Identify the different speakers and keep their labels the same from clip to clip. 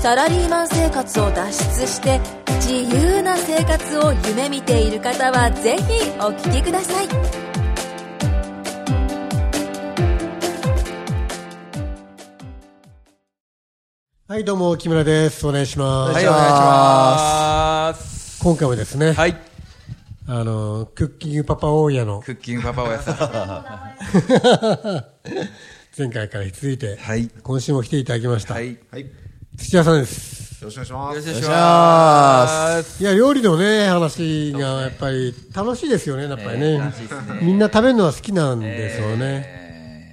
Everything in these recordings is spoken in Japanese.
Speaker 1: サラリーマン生活を脱出して自由な生活を夢見ている方はぜひお聞きください
Speaker 2: はい、どうも、木村です。お願いします。
Speaker 3: はい、お願いします。
Speaker 2: 今回はですね、
Speaker 3: はい。
Speaker 2: あの、クッキングパパ大家の
Speaker 3: クッキングパパ親さん。
Speaker 2: 前回から引き続いて、
Speaker 3: はい
Speaker 2: 今週も来ていただきました。
Speaker 3: はい。よ
Speaker 4: はい。よ
Speaker 2: 土屋さんです。
Speaker 4: ろしくお願いしま
Speaker 3: ろし
Speaker 4: す。
Speaker 3: くお願いします。
Speaker 2: いや、料理のね、話がやっぱり楽しいですよね、やっぱりね。
Speaker 3: えー楽しいですね
Speaker 2: みんな食べるのは好きなんですよね。
Speaker 3: え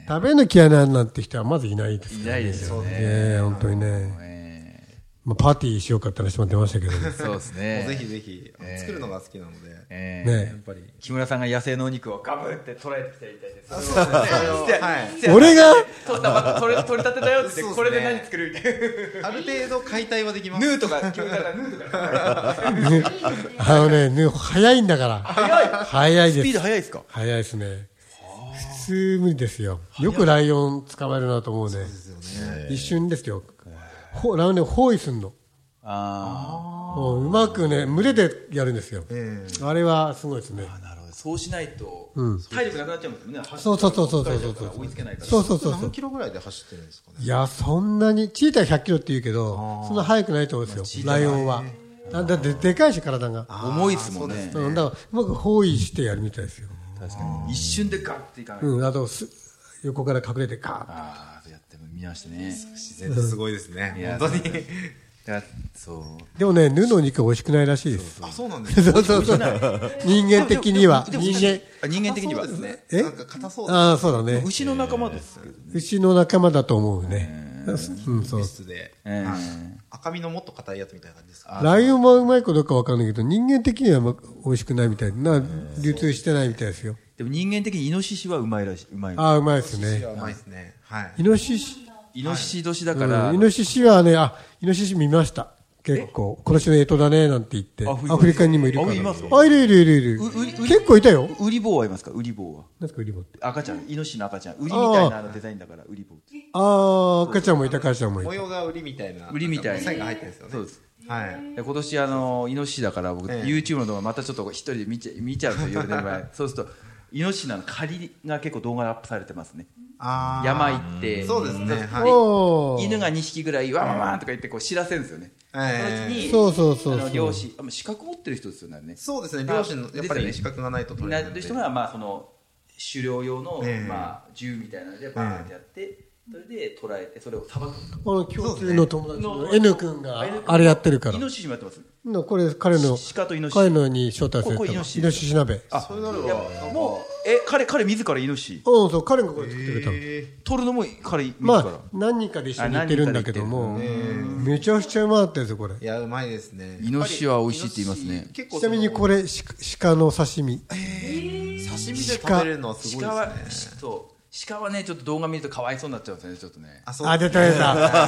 Speaker 2: 食べるの嫌いなんなんて人はまずいないです
Speaker 3: ーい
Speaker 2: ね。
Speaker 3: ないですよね。
Speaker 2: ええ本当にね。
Speaker 3: え
Speaker 2: まあ、パーティーしようかって話も出ましたけど、
Speaker 3: ーそうですね。
Speaker 4: ぜひぜひ、作るのが好きなので、
Speaker 3: えー
Speaker 2: ね。
Speaker 3: 木村さんが野生のお肉をガブって取られてきたみたいです。
Speaker 4: それをはい
Speaker 2: 俺 が、
Speaker 3: 取ったばっか取れ取り立てだよって、
Speaker 4: そうっすね
Speaker 3: これで何作るみたいな。
Speaker 4: ある程度解体はできま
Speaker 3: ヌ
Speaker 4: す。
Speaker 3: ーとか、木村さんがヌーとか。
Speaker 2: あのね、ね早いんだから。早い早いです。
Speaker 3: 早いですか
Speaker 2: 早いですね。普通無理ですよ。よくライオン捕まえるなと思うね。一瞬ですよ。ほライオンね、包囲すんの。
Speaker 3: あ
Speaker 2: もううまくね、群れでやるんですよ。
Speaker 4: え
Speaker 2: あれはすごいですね。
Speaker 3: あ。なるほど。そうしないと
Speaker 2: うん、
Speaker 3: 体力なくなっちゃいますもんね。
Speaker 2: そうそうそうそうそうそう
Speaker 3: 走ってるから追いつけないから。
Speaker 2: そうそうそうそ
Speaker 4: 何
Speaker 2: う。
Speaker 4: キロぐらいで走ってるんですかね。
Speaker 2: いや、そんなに、チーター100キロって言うけど、そんな速くないと思うんですよ、ライオンは。だだって、でかいし、体が。
Speaker 3: 重いですもんね。
Speaker 2: うん、だから、うまく包囲してやるみたいですよ。
Speaker 3: 確かに。一瞬でガッていかないと。
Speaker 2: うん、あと、す横から隠れて、カ
Speaker 3: ああ、やって見ましてね。
Speaker 4: 自然ってすごいですね。本当に。
Speaker 3: だそう。
Speaker 2: ーでもね、ヌの肉美味しくないらしいです。
Speaker 4: あ、そうなんですね
Speaker 2: そうそうそう。人間的には。人間。
Speaker 3: あ人間的にはですね。
Speaker 2: え
Speaker 4: なんか硬そうな
Speaker 2: ああ、そうだね。
Speaker 3: 牛の仲間ですけどね。
Speaker 2: 牛の仲間だと思うね。うん、そう。
Speaker 4: 質で、
Speaker 3: え
Speaker 4: はい
Speaker 3: え
Speaker 4: 赤身のもっと硬いやつみたいな感じですか。
Speaker 2: ライオンはうまいかどうかわかんないけど、人間的にはま美味しくないみたいな、流通してないみたいですよ。
Speaker 3: でも人間的にイノシシはうまいらしい。うまい。
Speaker 2: ああ、うまいですね。
Speaker 4: うまいですね。はい。
Speaker 2: イノシシ、
Speaker 3: イノシシ年だ
Speaker 2: う
Speaker 3: から、
Speaker 2: ん、イノシシはね、あ、イノシシ見ました。結構、今年の干支だね、なんて言って。
Speaker 3: ア
Speaker 2: ア
Speaker 3: フリ
Speaker 2: フ
Speaker 3: カ
Speaker 2: リカにもいるから。
Speaker 3: あいます
Speaker 2: あ、いるいるいるいる
Speaker 3: ううり。うり
Speaker 2: 結構いたよ。
Speaker 3: ウリ坊はいますかウリ坊は。
Speaker 2: なんすか、ウリボって。
Speaker 3: 赤ちゃん、イノシシの赤ちゃん。ウリみたいなあのデザインだから、ウリ坊って。
Speaker 2: ああ、赤ちゃんもいた、赤ちゃんもいた
Speaker 4: 模。様が売りみたいな。
Speaker 3: 売りみたいな
Speaker 4: 線が入ってるんですよね。
Speaker 3: そうです。
Speaker 4: はい。
Speaker 3: で今年、あの、イノシシだから、僕、
Speaker 4: ええ
Speaker 3: YouTube の動画またちょっと一人で見ちゃ見ちゃうと夜寝 る前。そうすると、イノシシのあの狩りが結構動画でアップされてますね。
Speaker 4: あー
Speaker 3: 山行って。
Speaker 4: そうですね。はい。
Speaker 2: おー
Speaker 3: 犬が2匹ぐらいわんわんわんとか言ってこう知らせるんですよね、
Speaker 4: ええ
Speaker 3: そ
Speaker 2: そ
Speaker 3: のう
Speaker 2: う
Speaker 3: ちに
Speaker 2: そうそうそ
Speaker 3: あの
Speaker 2: う
Speaker 3: 漁師あもう資格持ってる人ですよねあれね
Speaker 4: そうですね。
Speaker 3: あ
Speaker 4: 両親の、やっぱり
Speaker 3: で
Speaker 4: ね、
Speaker 3: す
Speaker 4: 資
Speaker 3: よね
Speaker 4: 格がないと取
Speaker 3: な
Speaker 4: れないの
Speaker 3: る
Speaker 4: で。
Speaker 3: 人がまあその狩猟用の、
Speaker 4: ええ
Speaker 3: まあ、銃みたいなのでバーンってやって、それで捕らえてそれをさばく
Speaker 2: この共通の友達の N 君があれやってるから
Speaker 3: イ。ノシシもやってます
Speaker 2: のこれ彼の
Speaker 3: シカとイノシシ
Speaker 2: 彼のに招待されたの
Speaker 3: ここ
Speaker 2: イ
Speaker 3: イノ
Speaker 2: ノ
Speaker 3: シシ
Speaker 2: シシ鍋。
Speaker 3: あそれならもうえ彼彼自らイノシシ
Speaker 2: うん、そう、彼がこれ作ってくれたの。
Speaker 3: 取るのも彼自ら、
Speaker 2: まあ、何人かで一緒に行ってるんだけども、めちゃくちゃうまかったですよ、これ。
Speaker 4: いや、うまいですね。
Speaker 3: イノシシは美味しいって言いますね
Speaker 4: やっぱり結構
Speaker 2: ちなみにこれ、シカシカの刺身。
Speaker 4: その刺身で食べれるのはすごい
Speaker 3: 鹿は
Speaker 4: ですね。
Speaker 3: そう鹿はねちょっと動画見るとかわいそうになっちゃうんですよねちょっとね
Speaker 4: あ、そう
Speaker 2: あ、出た出 た。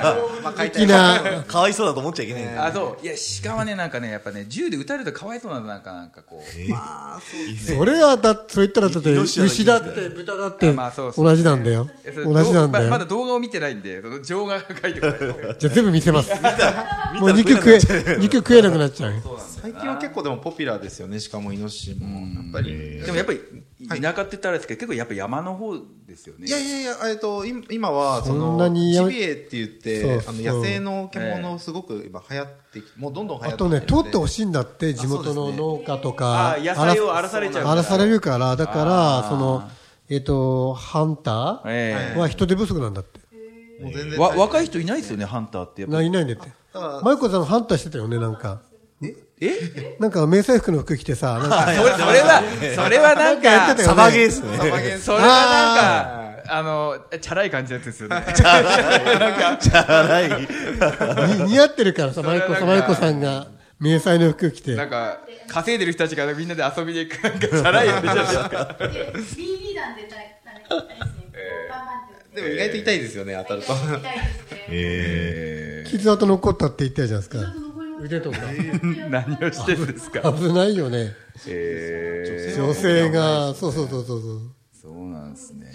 Speaker 4: まあ、解
Speaker 2: 的
Speaker 4: 体
Speaker 2: な、
Speaker 5: かわいそうだと思っちゃいけないんだよ
Speaker 3: あそういや鹿はねなんかねやっぱね銃で撃たれるとかわいそうなのなんかなんかこう
Speaker 2: それはだ、そう言ったらだって、
Speaker 5: イノシシは
Speaker 2: 牛だって、豚だって
Speaker 3: まあそう、そう
Speaker 2: 同じなんだよ
Speaker 3: えそ。れ
Speaker 2: 同じなんだ
Speaker 3: どうままだ
Speaker 2: よ。
Speaker 3: 動画を見てないんでその情が書いてください
Speaker 2: じゃあ全部見せ ます。もう肉食え、肉食えなくなっちゃうよ。
Speaker 4: 最近は結構でもポピュラーですよね。しかもイノシシも、やっぱり。
Speaker 3: でもやっぱり田舎って言ったらあれですけど結構やっぱ山の方ですよね
Speaker 4: いやいやいや、えっと、今今は、そ
Speaker 2: そんな
Speaker 4: の、
Speaker 2: に
Speaker 4: ジ
Speaker 2: やめ
Speaker 4: ビエって言っ
Speaker 2: そう
Speaker 4: て、
Speaker 2: そ
Speaker 4: あ
Speaker 2: う
Speaker 4: の、野生の獣すごく今流行ってきもうどんどん流
Speaker 2: あ
Speaker 4: 行って
Speaker 2: とね、
Speaker 4: きてるん
Speaker 2: 取
Speaker 4: で
Speaker 2: ってほしいんだって、地元の農家とか、
Speaker 3: あ野菜を荒らされちゃうから
Speaker 2: 荒らされるから、だから、その、えっ、と、ハンタ
Speaker 3: え
Speaker 2: ーは人手不足なんだって。
Speaker 4: もう全然。
Speaker 3: わ若い人いないですよねハンターってやっぱ
Speaker 2: ないないんだって。
Speaker 4: から
Speaker 2: マイコさんハンターしてたよね、なんか。
Speaker 3: え
Speaker 2: なんか、迷彩服の服着てさ、なんか、
Speaker 3: それそれはそれはなん
Speaker 2: やっ
Speaker 3: か
Speaker 2: てた
Speaker 5: サ
Speaker 2: よ
Speaker 5: バゲー
Speaker 2: ね。
Speaker 5: ですね。
Speaker 3: それはなんかあのチャラい感じのやつですよ ね
Speaker 5: じゃない。
Speaker 2: に似合ってるからさ、
Speaker 3: それ
Speaker 2: マイ
Speaker 3: は
Speaker 2: コ
Speaker 3: な
Speaker 2: さ
Speaker 3: んか
Speaker 2: ん、マイコさんが。迷彩の服着て
Speaker 4: なんか稼いでる人たちがみんなで遊びに行くなんかチャラいやつじゃないですか
Speaker 5: で BB 弾でたあれあれですねバンバンって
Speaker 4: でも意外と痛いですよね当たると
Speaker 5: 痛いですね
Speaker 3: え
Speaker 2: 傷跡残ったって言ったじゃないですか腕とか
Speaker 3: ー、何をしてるんですか。
Speaker 2: 危ないよね
Speaker 3: え
Speaker 2: 女性がそうそうそうそうそう
Speaker 3: ー、そうなんですね。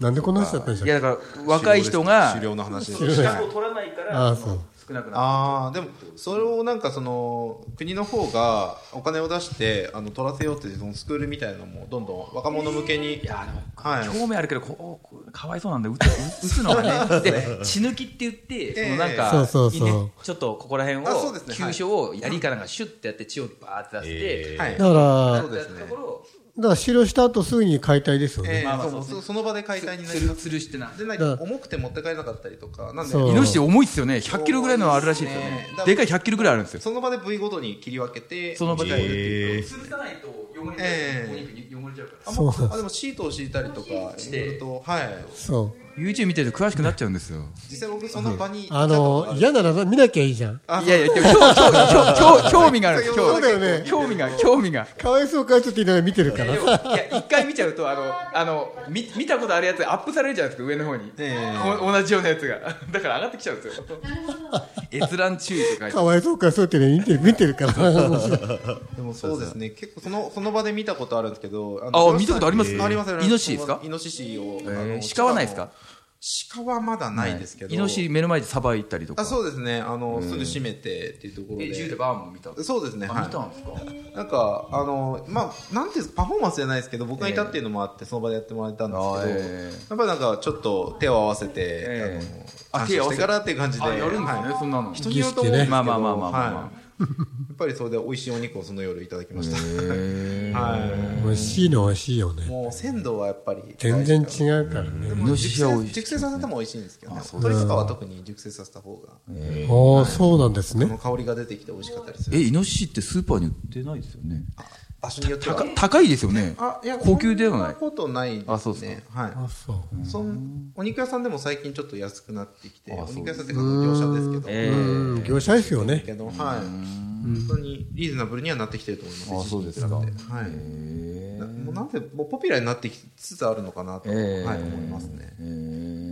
Speaker 2: なんでこんな話だったんでしょ
Speaker 3: いうやだから若い 人が
Speaker 4: 狩猟の話です
Speaker 3: 資格を取らないから
Speaker 2: ああそう
Speaker 3: 少なくなる。
Speaker 4: ああでもそれをなんかその国の方がお金を出してあの取らせようっていうそのスクールみたいなのもどんどん若者向けに、
Speaker 3: いやでも
Speaker 4: はい
Speaker 3: 興味あるけどこうこうかわいそうなんで打つ打つの がねで血抜きって言って、そのなんか
Speaker 2: そうそうそう
Speaker 3: いいねちょっとここら辺
Speaker 4: あそう
Speaker 3: を、
Speaker 4: ですねは
Speaker 3: 急
Speaker 4: い
Speaker 3: 所を槍かなんかシュッてやって血をバーって出して、
Speaker 4: はい
Speaker 2: だから
Speaker 3: そうですね。ところを
Speaker 2: だから狩猟した後すぐに解体ですよね
Speaker 4: えー
Speaker 3: まあまあ
Speaker 4: そう
Speaker 3: そう
Speaker 4: そその場で解体にな
Speaker 3: つ
Speaker 4: り
Speaker 3: る
Speaker 4: ます
Speaker 3: つるしてな。
Speaker 4: でな
Speaker 2: だ
Speaker 4: んか
Speaker 2: から
Speaker 4: 重くて持って帰れなかったりとかなんで
Speaker 2: そう
Speaker 3: イノシシ重いっすよね。100キロぐらいのあるらしいですよね
Speaker 4: そうです
Speaker 3: で
Speaker 4: ね。
Speaker 3: かい100キロぐらいあるんですよ。
Speaker 4: その場で部位ごとに切り分けて
Speaker 3: その場で。
Speaker 6: えー
Speaker 3: つるさないと汚れ
Speaker 4: ええ
Speaker 3: 肉汚れちゃうから。
Speaker 4: あもう
Speaker 2: そう
Speaker 4: あでもシートを敷いたりとかいろいろとはい
Speaker 2: そう
Speaker 3: YouTube 見てると詳しくなっちゃうんですよ。
Speaker 4: 実際僕その場に
Speaker 2: あの嫌なら見なきゃいいじゃん
Speaker 4: あ
Speaker 3: いやいや、でも興興興興味があるんです
Speaker 4: そう
Speaker 2: だよね
Speaker 3: 興興味が、興味が。
Speaker 2: かわいそうかいそうって言いながら見てるか
Speaker 3: い
Speaker 2: ら
Speaker 3: やでもいや、一回見ちゃうと、あの、あの、み見たことあるやつアップされるじゃないですか、上の方に。
Speaker 4: え
Speaker 3: お同じようなやつが。だから上がってきちゃうん ですよ。閲覧注意って書いてあ
Speaker 2: かわいそうかいそうってね見てる見てるから
Speaker 4: でもそうですね結構そのその場で見たことあるんですけどあ
Speaker 3: あ見たことあります
Speaker 4: ありますあります
Speaker 3: イノシシですか
Speaker 4: イノシシをあ
Speaker 3: る。え
Speaker 4: の
Speaker 3: ー鹿はないですか
Speaker 4: 鹿はまだないですけど
Speaker 3: イノシシ目の前でさばいたりとか。
Speaker 4: あそうですねあのすぐ閉めてっていうところ
Speaker 3: え銃で
Speaker 4: で
Speaker 3: バーンも見た。あ
Speaker 4: そうですねはい
Speaker 3: 見たんですか
Speaker 4: なんか、あの、まあ、なんていうんですか、パフォーマンスじゃないですけど、僕がいたっていうのもあって、その場でやってもらえたんです
Speaker 3: あ
Speaker 4: けど、
Speaker 3: え
Speaker 4: やっぱりなんか、ちょっと手を合わせて、
Speaker 3: え
Speaker 4: あの、
Speaker 3: あ
Speaker 4: 感謝
Speaker 3: 手を合
Speaker 4: し
Speaker 3: わせ
Speaker 4: てからっていう感じで、
Speaker 3: あ、やるんです
Speaker 4: はい
Speaker 3: ね、そんなの。
Speaker 4: 人によると思うんですけど、
Speaker 3: まあまあまあまあまあまあ
Speaker 4: はいやっぱりそれで美味しいお肉をその夜いただきました。は
Speaker 2: 美味しいのは美味しいよ
Speaker 4: い。
Speaker 2: ね
Speaker 4: もう鮮度はやっぱり。
Speaker 2: 全然
Speaker 4: う。
Speaker 2: 違うからね
Speaker 4: で
Speaker 3: イノ
Speaker 4: も
Speaker 3: シ
Speaker 4: 熟
Speaker 3: シは美味し
Speaker 4: 成
Speaker 3: い
Speaker 4: 熟成させても美味しいんですけどね。鶏とかは特に熟成させた方が、
Speaker 2: ああそうなんです
Speaker 4: そ
Speaker 2: ね
Speaker 4: の香りが出てきて美味しかったりする。
Speaker 3: え、イノシシってスーパーに売ってないですよね。
Speaker 4: 場所によっては
Speaker 3: 高。高いですよね。
Speaker 4: あ、いや、
Speaker 3: 高級ではない
Speaker 4: そんなことないですね。
Speaker 3: あそうです
Speaker 4: はい。
Speaker 2: あそう
Speaker 4: そんお肉屋さんでも最近ちょっと安くなってきて、お肉屋さんっていうか業者ですけど、
Speaker 3: え
Speaker 2: う
Speaker 3: ー
Speaker 2: ん業者ですよね
Speaker 4: けど、はい。本当にリーズナブルにはなってきてると思います。
Speaker 3: あそうですか
Speaker 4: 一時期に比べてはい。なもうなんで、もうポピュラーになってきつつあるのかなと、
Speaker 3: ええ
Speaker 4: はい、思いますね。
Speaker 3: え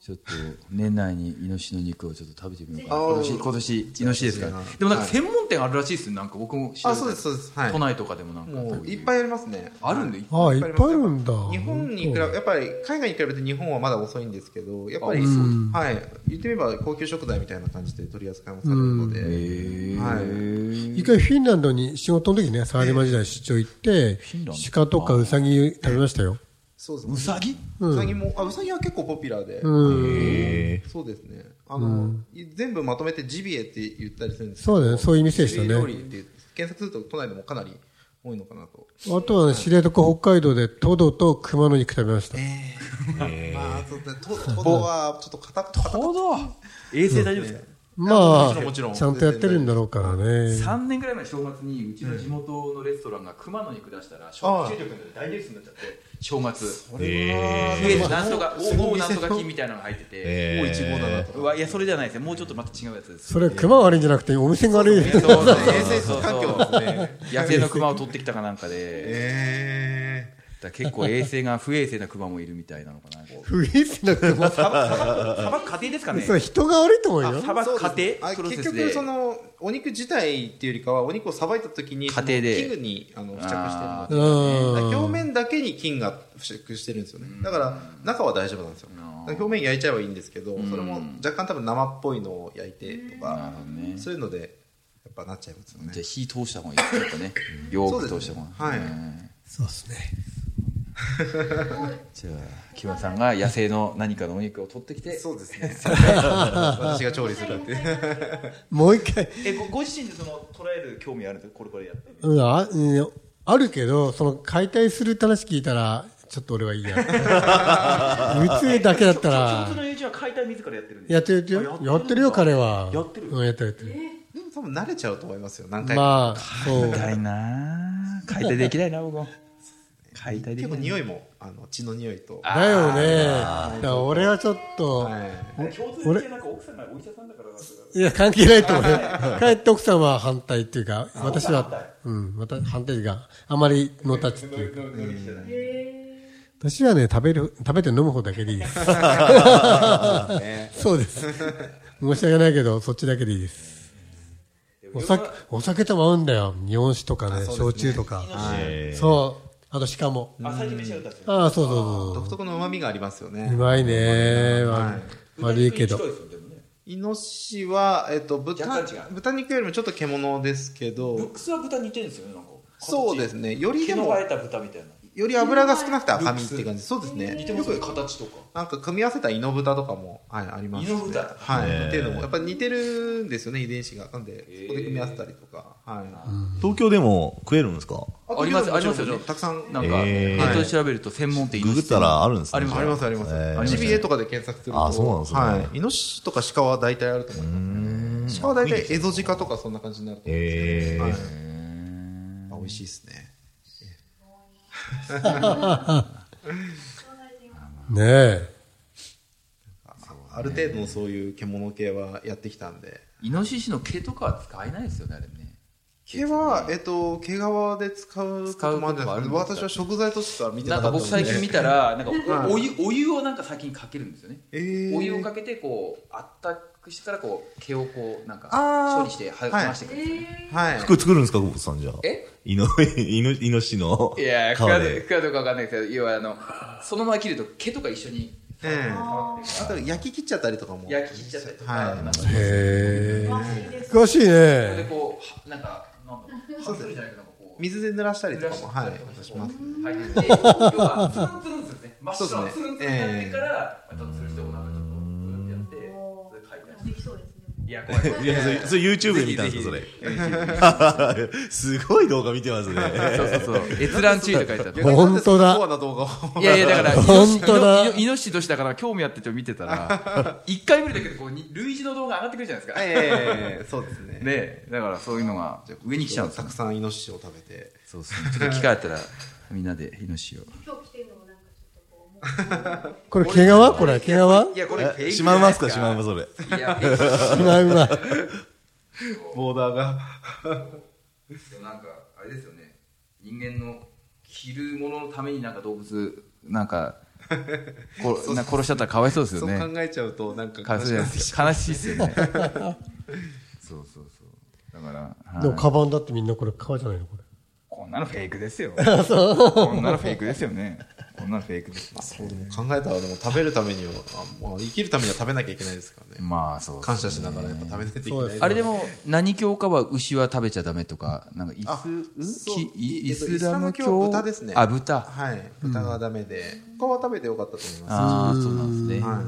Speaker 3: ちょっと年内にイノシシの肉をちょっと食べてみようかな
Speaker 4: あー
Speaker 3: 今年今年イノシシですから
Speaker 4: そうですね
Speaker 3: でもなんか専門店あるらしいですよなんか僕も知ら
Speaker 4: あ、
Speaker 3: なか
Speaker 4: そ
Speaker 3: っ
Speaker 4: う
Speaker 3: た
Speaker 4: です、そうです。はい。
Speaker 3: 都内とかでもなんか
Speaker 4: もういっ
Speaker 3: い
Speaker 4: ぱいありますね。
Speaker 3: あるんで
Speaker 2: ああいっぱいあるんだ
Speaker 4: 日本に比べ、やっぱり海外に比べて日本はまだ遅いんですけど、やっぱり、
Speaker 3: あ
Speaker 2: うん
Speaker 4: はい。言ってみれば高級食材みたいな感じで取り扱いもされるので、はい。
Speaker 2: 一回フィンランドに仕事の時ね、サラリーマン時代出張行って
Speaker 3: フィンラン、ド
Speaker 2: 鹿とかウサギ食べましたよ。
Speaker 4: そうですね
Speaker 3: う。さぎ
Speaker 4: うさぎも、あ、うさぎは結構ポピュラーで。
Speaker 2: うん。
Speaker 6: え
Speaker 4: そうですね。あの、い全部まとめてジビエって言ったりするんですけど
Speaker 2: そうだね、そういう店でし
Speaker 4: ジ
Speaker 2: た
Speaker 4: ビエ料理っ
Speaker 2: ね。
Speaker 4: て検索すると都内でもかなり多いのかなと。
Speaker 2: あとはね知床北海道でトドと熊の肉食べました。
Speaker 4: まあ、そうですね。ととどはちょっと硬く、硬く
Speaker 3: ほど衛生大丈夫ですか
Speaker 2: ま
Speaker 4: もちろ
Speaker 2: あ、
Speaker 4: ん
Speaker 2: ちゃんとやってるんだろうからね。
Speaker 3: 3年ぐらい前正月にうちの地元のレストランが熊の肉出したら食中毒で大ニュースになっちゃって正月
Speaker 6: ー、え
Speaker 3: えー、なんとか、おおなんとか金みたいなのが入ってて、
Speaker 6: えー
Speaker 4: もう一号だなと。
Speaker 3: うわいやそれじゃないですねもうちょっとまた違うやつです
Speaker 2: それ、熊悪いんじゃなくて、お店が悪い。
Speaker 3: そうそうそう
Speaker 4: そう環境ですね。
Speaker 3: 野生の熊を取ってきたかなんかで、
Speaker 4: え
Speaker 3: だから結構衛生が不衛生な熊もいるみたいなのかな。こう
Speaker 2: 不衛生な熊。
Speaker 3: 砂漠砂漠砂漠家庭ですかね
Speaker 2: そ。れ人が悪いと思うよ。
Speaker 3: 砂漠家
Speaker 4: ー
Speaker 3: 庭
Speaker 4: あ
Speaker 3: プロセ
Speaker 4: 結
Speaker 3: ス
Speaker 4: 局
Speaker 3: で
Speaker 4: そ。のお肉自体っていうよりかはお肉をさばいた時に
Speaker 3: 家庭で
Speaker 4: その器具にあの付着してる
Speaker 3: あ
Speaker 4: の
Speaker 2: う
Speaker 4: でだから表
Speaker 2: ん。
Speaker 4: 面だけに菌が付着してるんですよねだから中は大丈夫なんですよだから表面焼いちゃえばいいんですけどそれも若干多分生っぽいのを焼いてと
Speaker 3: な
Speaker 4: か
Speaker 3: るほどね
Speaker 4: そういうのでやっぱなっちゃいますよね
Speaker 3: じゃあ火通した方がいいちょっとね。よーく通した方がいい。
Speaker 4: そうです
Speaker 2: そうですね。
Speaker 3: じゃあ木村さんが野生の何かのお肉を取ってきて。
Speaker 4: そうですね私が調理するっていう
Speaker 2: もう一回。
Speaker 3: えごご自身でその捉える興味あるんですかこれこれやって。
Speaker 2: うん、あうんあるけど、その解体するって話聞いたら、ちょっと俺はいいや。うつだけだったら
Speaker 3: 共、通の友人は解体自らやってるんです
Speaker 2: やってるよ。やってるよ、彼は。やってるうん、やってるやってる。
Speaker 4: でも多分慣れちゃうと思いますよ何回か
Speaker 2: まあ、そう。
Speaker 3: 解体なあ。解体できないな僕も。解体で
Speaker 4: 結
Speaker 3: きな
Speaker 4: 構
Speaker 3: い
Speaker 4: 匂いもあの血の匂いと
Speaker 2: だよね。だから俺はちょっと、
Speaker 4: はい
Speaker 3: 共通してなんか奥さんがお医者さんだからなんか
Speaker 2: いや、関係ないと思うよ。帰って奥さんは反対っていうか、私は、うん、また反対っていうか、あまりのたちっていうか。
Speaker 3: ノリじゃない
Speaker 2: 私はね、食べる、食べて飲む方だけでいいです。そうです。申し訳ないけど、そっちだけでいいです。お酒、お酒とも合うんだよ。日本酒とかね、焼酎とか。そう。あと鹿も。
Speaker 3: あ最近飯を出して
Speaker 2: ああ、そうそうそう
Speaker 4: 独特の旨味がありますよね
Speaker 2: うまいね、わ悪いけど。
Speaker 4: イノシシは、えっと、豚
Speaker 3: 若干違う
Speaker 4: 豚肉よりもちょっと獣ですけ
Speaker 3: ブッ
Speaker 4: ど
Speaker 3: クスは豚似てるんですよねなんか
Speaker 4: そうですねより
Speaker 3: 毛
Speaker 4: で
Speaker 3: の
Speaker 4: も
Speaker 3: 生えた豚みたいな
Speaker 4: より油が少なくて赤身って感じそうですね
Speaker 3: 似てますよね形とか
Speaker 4: なんか組み合わせたイノブタとかも、はい、ありますね
Speaker 3: イノブタ
Speaker 4: はい、っていうのもやっぱり似てるんですよね遺伝子がなんでそこで組み合わせたりとか、はい
Speaker 6: 東京でも食えるんですか
Speaker 3: ありますあります
Speaker 4: もちろ
Speaker 3: よ
Speaker 4: んたくさん
Speaker 3: な
Speaker 4: なん
Speaker 3: ん
Speaker 4: か
Speaker 3: か
Speaker 6: えー
Speaker 3: ネットで調べると専門店イノ
Speaker 6: ググ
Speaker 3: シ
Speaker 6: っ
Speaker 3: シ
Speaker 6: たらあるんですね
Speaker 3: あります
Speaker 4: ありますあります、
Speaker 6: えー
Speaker 4: ジビエとかで検索すると
Speaker 6: あそうなんですね
Speaker 4: はい、イノシシとか鹿は大体あると思います、鹿は大体エゾジカとかそんな感じになると思うんですけど、は
Speaker 6: へ
Speaker 4: いあ美味しいですね
Speaker 2: ねえ。
Speaker 4: ある程度のそういう獣系はやってきたんで
Speaker 3: イノシシの毛とかは使えないですよねあれね
Speaker 4: 毛は、えっと、毛皮で使うこともあるんじゃないですか
Speaker 3: 使うこともあるんですか
Speaker 4: 私は食材としては見て
Speaker 3: な
Speaker 4: なんか
Speaker 3: か
Speaker 4: った
Speaker 3: 僕最近見たらなんかお湯お湯をなんか先にかけるんですよね
Speaker 4: えー
Speaker 3: お湯をかけてこうあったくしてからこう毛をこうなんか
Speaker 4: あー
Speaker 3: 処理しては
Speaker 4: はい
Speaker 3: かましていくんですよね
Speaker 4: はい
Speaker 6: 服作るんですか、久保田さんじゃあ。
Speaker 3: え
Speaker 6: イ ノ、イノ、イノシの皮
Speaker 3: い
Speaker 6: で。
Speaker 3: や、食わどうかわかんないけど、要はあの、そのまま切ると毛とか一緒に
Speaker 4: ええあと焼き切っちゃったりとかも
Speaker 3: 焼き切っちゃったりとか、
Speaker 4: はい
Speaker 3: なんか
Speaker 2: へえ。
Speaker 5: しいです。
Speaker 2: 詳しい
Speaker 3: それで
Speaker 2: ね。
Speaker 3: こう、なんか、なんだろう、ハンドルじゃないけど、なんかこう、
Speaker 4: 水で濡らしたり
Speaker 3: 濡
Speaker 4: と
Speaker 3: ら
Speaker 4: か
Speaker 3: し
Speaker 4: も
Speaker 3: た
Speaker 4: はい
Speaker 3: りとか
Speaker 4: します
Speaker 3: はい、で、要は、ツルンツルンですね。真っ白のツ
Speaker 4: そうですね
Speaker 3: ルンツルンになってから、まあちょっとする人もなんかちょっと、ツルンってやって、それで解体して
Speaker 5: できそうですね。
Speaker 3: い や、怖い。
Speaker 6: いや、それ、それ YouTube で見たんですか、それ。 すごい動画見てますね。
Speaker 3: そうそうそう。閲覧注意と書いてあ
Speaker 2: もう 本当だ
Speaker 4: コアな動画を
Speaker 3: いやいや、だから、イノシ
Speaker 2: 本
Speaker 3: シ
Speaker 2: 当だ
Speaker 3: イノイノシシ同士だから、興味あってちょっと見てたら、一回見るだけで、こう、に類似の動画上がってくるじゃないですか。
Speaker 4: ええそうですね
Speaker 3: ねだからそういうのが上に来ちゃうんです
Speaker 4: た
Speaker 3: よ
Speaker 4: くさんイノシシを食べて
Speaker 3: そうそうちょっと機会あったらみんなでイノシシを
Speaker 5: 今日着てるのもなんかちょっとこう思う。
Speaker 2: これ毛皮これ毛皮
Speaker 3: いやこ
Speaker 6: えしまいますか、しまいます、それ。
Speaker 3: すいやフェイクです
Speaker 2: うまいうまい。
Speaker 4: ボーダーが
Speaker 3: よなんかあれですよね人間の着るもののためになんか動物なんか こうな殺しちゃったらかわいそうです
Speaker 4: そ
Speaker 3: よ
Speaker 4: う
Speaker 3: ね
Speaker 4: 考えちゃうとなんか
Speaker 3: かわいそうじゃないですか悲しいですよ ねそうそうそうだから、はい
Speaker 2: でも、カバンだってみんなこれ革じゃないのこれ。
Speaker 3: こんなのフェイクです よこんなのフェイクですよねこんなのフェイクです
Speaker 4: そうでも考えたらでも食べるためにはあ、まあ、生きるためには食べなきゃいけないですからね
Speaker 3: まあそうですね
Speaker 4: 感謝しながらやっぱ食べないといけない
Speaker 3: あれでも何教かは牛は食べちゃダメとかなんかイス
Speaker 4: そう
Speaker 3: きイイ
Speaker 4: えっ
Speaker 3: ス
Speaker 4: と
Speaker 3: ラム
Speaker 4: イスラム
Speaker 3: 教
Speaker 4: 教豚ですね
Speaker 3: あ豚
Speaker 4: はい豚がダメで他は食べてよかったと思います
Speaker 3: ああそうなんですね、
Speaker 4: はい、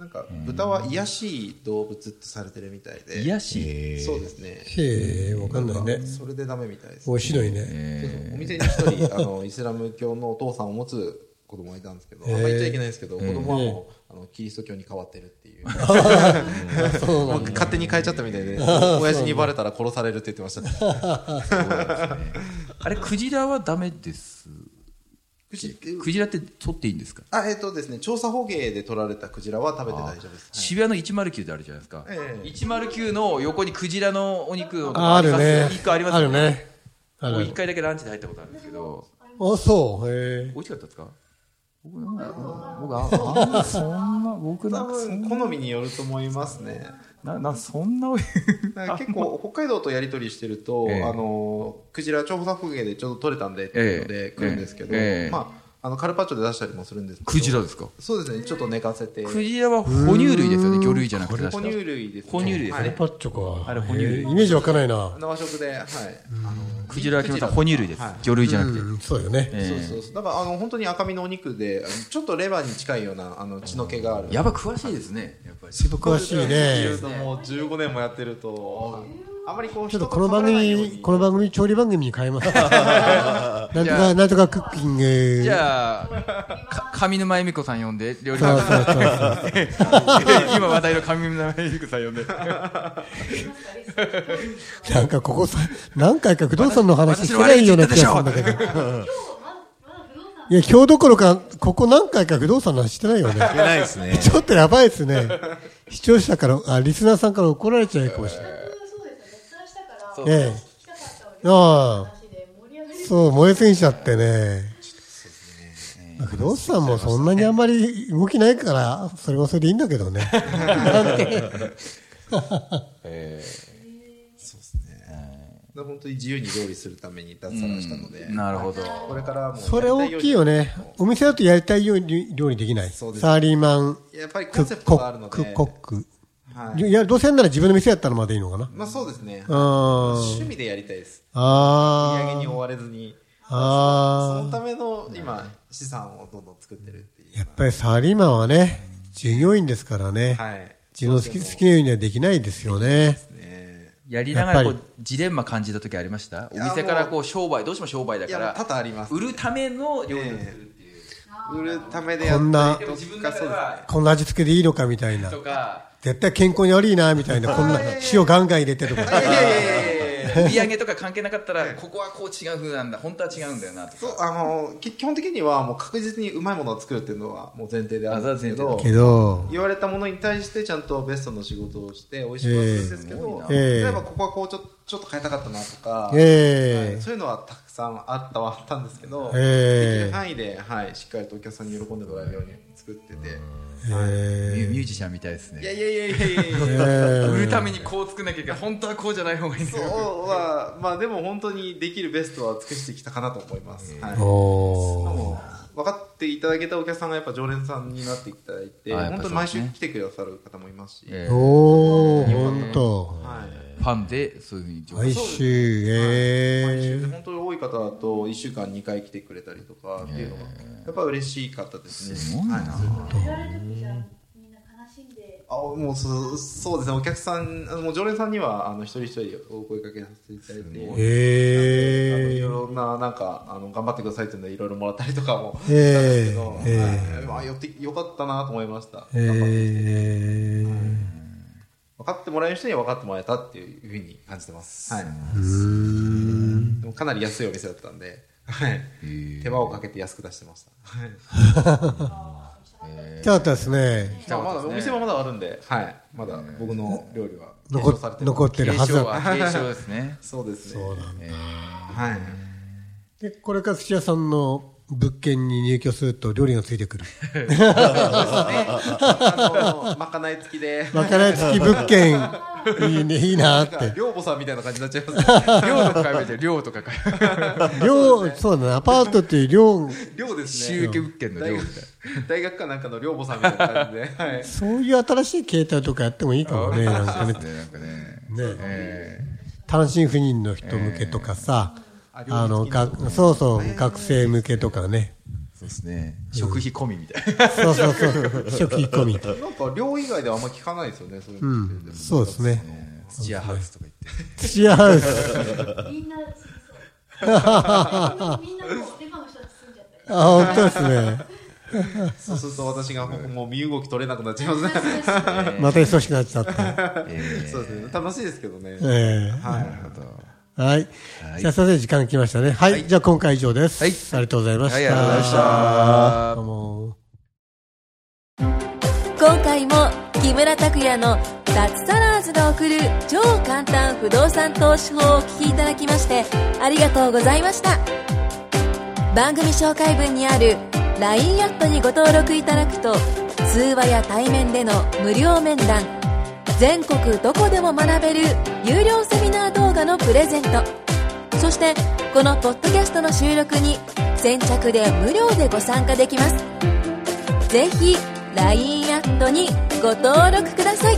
Speaker 4: なんか豚は癒やしい動物ってされてるみたいで
Speaker 3: 癒やし、
Speaker 6: え
Speaker 4: そうですね
Speaker 2: へえ、わかんないね
Speaker 4: なんか。それでダメみたいです
Speaker 2: 美味しいのにね。
Speaker 4: お店に一人あのイスラム教のお父さんを持つ子供がいたんですけど、あんま言っちゃいけないんですけど、子供はもう、あのキリスト教に変わってるっていう もう勝手に変えちゃったみたいで親父にバレたら殺されるって言ってましたね
Speaker 3: あれクジラはダメですクジラって取っていいんですか、
Speaker 4: あえっ、とですね調査捕鯨で取られたクジラは食べて大丈夫です
Speaker 3: 渋谷の109であるじゃないですか、
Speaker 4: ええ
Speaker 3: 109の横にクジラのお肉の
Speaker 2: ああるね。
Speaker 3: 1個あります
Speaker 2: あるね。あるあ
Speaker 3: もう
Speaker 2: る
Speaker 3: 1回だけランチで入ったことあるんですけど
Speaker 2: あ、そう。へえ。
Speaker 3: 美味しかったですか僕なんか僕ああんまそんな僕なん
Speaker 4: 多
Speaker 3: かそん
Speaker 4: 分好みによると思いますね
Speaker 3: ななそんな おい
Speaker 4: だから結構北海道とやり取りしてると、
Speaker 3: ええ
Speaker 4: あのクジラ調査捕鯨でちょっと取れたんでっていうので来るんですけど、
Speaker 3: ええええ
Speaker 4: まああのカルパッチョで出したりもするんですけど
Speaker 3: クジラですか
Speaker 4: そうですねちょっと寝かせて
Speaker 3: クジラは哺乳類ですよね魚類じゃなくて確
Speaker 4: 哺
Speaker 3: か
Speaker 4: 乳類です、ね、
Speaker 3: 哺乳類ですね
Speaker 4: はい
Speaker 2: パッチョか。
Speaker 3: あれ哺乳類
Speaker 2: へえイメージわかんないな。
Speaker 4: 生食ではい
Speaker 3: クジラは基本的に哺乳類です
Speaker 4: はい
Speaker 3: 魚類じゃなくて
Speaker 2: うん、そうよね。
Speaker 3: え
Speaker 4: そう
Speaker 3: え
Speaker 4: そうそうだからあの本当に赤身のお肉であのちょっとレバーに近いようなあの血の気がある
Speaker 3: やばい詳しいですねやっぱり
Speaker 2: 詳しいね。
Speaker 4: もう15年もやってるとあんまりこう
Speaker 2: ちょ
Speaker 4: 人
Speaker 2: っと
Speaker 4: と
Speaker 2: この番
Speaker 4: 被らないように
Speaker 2: 組、この番組、調理番組に変えます。なんと
Speaker 3: じゃあ
Speaker 2: か、なんとかクッキング。
Speaker 3: じゃあか上沼恵美子さん呼んで料理
Speaker 2: そう
Speaker 3: 番
Speaker 2: そうそう。
Speaker 3: 組 今話題の上沼恵美子さん呼んで
Speaker 2: なんかここさ、何回か不動産の話してないような気がするんだけど。
Speaker 5: 今日ままだ不動産
Speaker 2: いや、今日どころか、ここ何回か不動産の話してないよね。
Speaker 6: いけないですね。
Speaker 2: ちょっとやばいですね。視聴者から、あ、リスナーさんから怒られちゃうかもしれない。
Speaker 5: そうですよね。したから、
Speaker 2: ええ
Speaker 5: 聞きたかったわけ
Speaker 2: あ
Speaker 5: 話で盛り上がり
Speaker 2: あ、そう、燃えすぎちゃってね。まあ不動産もそんなにあんまり動きないから、それはそれでいいんだけどね。
Speaker 4: ら本当に自由に料理するために脱サラしたので、
Speaker 3: なるほど。
Speaker 4: これからはもう
Speaker 2: それ大きいよね。お店だとやりたいように料理できない。サ
Speaker 4: そうです
Speaker 2: ーリーマン、
Speaker 4: やりたいようにやっぱりコ
Speaker 2: ク
Speaker 4: ンセプトがある
Speaker 2: ッ
Speaker 4: の
Speaker 2: ク、
Speaker 4: で
Speaker 2: コック。
Speaker 4: はい、
Speaker 2: いや、どうせやんなら自分の店やったらまだいいのかな。
Speaker 4: まあそうですね
Speaker 2: あ
Speaker 4: 趣味でやりたいです売り上げ
Speaker 2: あ
Speaker 4: に
Speaker 2: ー。
Speaker 4: 追われずにそ
Speaker 2: ああ。
Speaker 4: のための今資産をどんどん作ってるっていう
Speaker 2: やっぱりサラリーマンはね、従業員ですからね。
Speaker 4: はい
Speaker 2: 自分の好き好きなようにはできないですよね。
Speaker 3: やりながらこ
Speaker 2: やっ
Speaker 3: うジレンマ感じた時ありましたお
Speaker 4: や
Speaker 3: 店からこう商売どうしても商売だ
Speaker 4: い
Speaker 3: か
Speaker 4: や
Speaker 3: ら
Speaker 4: 多々あります
Speaker 3: 売るための料理をするっていう、
Speaker 4: 売るためでや
Speaker 2: こ
Speaker 4: っ
Speaker 2: んな
Speaker 4: て、ると
Speaker 3: 自分
Speaker 4: か
Speaker 3: だ
Speaker 4: そ
Speaker 3: か
Speaker 4: うですね
Speaker 3: ら
Speaker 2: こんな味付けでいいのかみたいな。
Speaker 3: とか
Speaker 2: 絶対健康に悪いな、みたいな。こんな塩ガンガン入れてと
Speaker 4: いやい
Speaker 2: か。
Speaker 4: やいやいやいや
Speaker 3: 売り上げとか関係なかったらここはこう違う風なんだ本当は違うんだよなと
Speaker 4: そうあの基基本的にはもう確実にうまいものを作るっていうのはもう前提であるんですけど
Speaker 2: けど、
Speaker 4: 言われたものに対してちゃんとベストの仕事をして美味しくはするんですけど、
Speaker 2: ええええ
Speaker 4: 例えばここはこうちょちょっと変えたかったなとか、
Speaker 2: ええ
Speaker 4: はいそういうのはたくさんあったはあったんですけど、
Speaker 2: ええ
Speaker 4: できる範囲で、はい、しっかりとお客さんに喜んでもらえるように作ってて、
Speaker 3: ミ
Speaker 2: え
Speaker 3: ュミュージシャンみたいです
Speaker 4: いや
Speaker 3: ね
Speaker 4: いやいやいやいやいや
Speaker 2: ー え
Speaker 3: 売るためにこう作んなきゃいけない本当はこうじゃない方がいいんだ
Speaker 4: そう
Speaker 3: よ
Speaker 4: は、まあでも本当にできるベストは尽くしてきたかなと思います。はい。
Speaker 2: ー。おー。
Speaker 4: 分かっていただけたお客さんがやっぱ常連さんになっていただいて、
Speaker 3: あやっぱ
Speaker 4: 本当に
Speaker 3: そうで
Speaker 4: 毎
Speaker 3: すね
Speaker 4: 週来てくださる方もいますし、
Speaker 3: えー
Speaker 2: おー、ほんと。
Speaker 4: はい。
Speaker 3: ファンでそういうふうに情報
Speaker 2: 毎週、
Speaker 4: 毎週
Speaker 2: え
Speaker 4: で
Speaker 2: ー。
Speaker 4: 本当に多い方だと1週間2回来てくれたりとかっていうのが、やっぱ嬉しかったですね。
Speaker 3: すごいな
Speaker 4: はい
Speaker 5: 売られる時じゃみんな悲しんで
Speaker 4: あもうそそうですね、お客さん、あのもう常連さんにはあの一人一人お声かけさせていただいて、あの
Speaker 2: え
Speaker 4: い
Speaker 2: ー。
Speaker 4: ろんな、なんか、あの、頑張ってくださいっていうのでいろいろもらったりとかも、
Speaker 2: え
Speaker 4: け
Speaker 2: ー
Speaker 4: ど、
Speaker 2: えー。
Speaker 4: はいまあ、寄ってよかったなと思いました。
Speaker 2: えー
Speaker 4: 分かってもらえる人には分かってもらえたっていうふうに感じてます。はい。でもかなり安いお店だったんで、はい。手間をかけて安く出してました。はい。
Speaker 2: じゃあったですね。
Speaker 4: まあまだ、お店はまだあるんで、はい。まだ僕の料理は
Speaker 2: 残
Speaker 4: 継承され
Speaker 2: っ残
Speaker 4: ます
Speaker 2: ってる
Speaker 3: 継
Speaker 2: はずだ。
Speaker 3: 承は継承です ね
Speaker 4: そうですね。
Speaker 2: そうだ
Speaker 4: はい。
Speaker 2: で、これから土屋さんの物件に入居すると料理がついてくる。
Speaker 4: あの、まかない付きで。
Speaker 2: まかない付き物 件、いいね、いいなって。
Speaker 4: 寮母さんみたいな感じになっちゃいます ね。
Speaker 3: 量とか書いて 量とか書いて
Speaker 2: 寮、そうだね、アパートっていう寮、
Speaker 4: 寮ですね。
Speaker 3: 収益物件の量
Speaker 4: 大
Speaker 3: み
Speaker 4: 学
Speaker 3: たいな
Speaker 4: 大学かなんかの寮母さんみたいな感じで、はい、
Speaker 2: そういう新しい形態とかやってもいいかもね、なんかね。
Speaker 3: ねなんかね
Speaker 2: ね単身赴任の人向けとかさ、あの、がそうそう、学生向けとかね。
Speaker 3: そうですね食費込みみたいな
Speaker 2: そうそうそう、 初期込み。
Speaker 4: なんか寮以外ではあんま聞かないですよねそういう
Speaker 2: う
Speaker 4: のって、
Speaker 2: ん、そうですね。
Speaker 3: 土屋ハウスとか言って
Speaker 2: 土屋ハウス。
Speaker 5: みんなそうみんなもうデカの人たち住んじゃっ
Speaker 2: あ、
Speaker 5: たり
Speaker 2: 本当ですね。
Speaker 4: そうすると私がもう身動き取れなくなっちゃいますね
Speaker 2: また忙しくなっちゃった。
Speaker 4: そうですね楽しいですけどね、
Speaker 2: ええ
Speaker 4: はい
Speaker 2: はい。じゃあ、先生、時間来ましたね。はい。じゃあ、今回以上です。
Speaker 3: はい
Speaker 2: ありがとうございました。
Speaker 3: はいありがとうございました
Speaker 2: どうも。
Speaker 1: 今回も木村拓哉の脱サラーズが送る超簡単不動産投資法をお聞きいただきましてありがとうございました番組紹介文にある LINE アットにご登録いただくと通話や対面での無料面談全国どこでも学べる有料セミナー動画のプレゼントそしてこのポッドキャストの収録に先着で無料でご参加できますぜひ LINE アットにご登録ください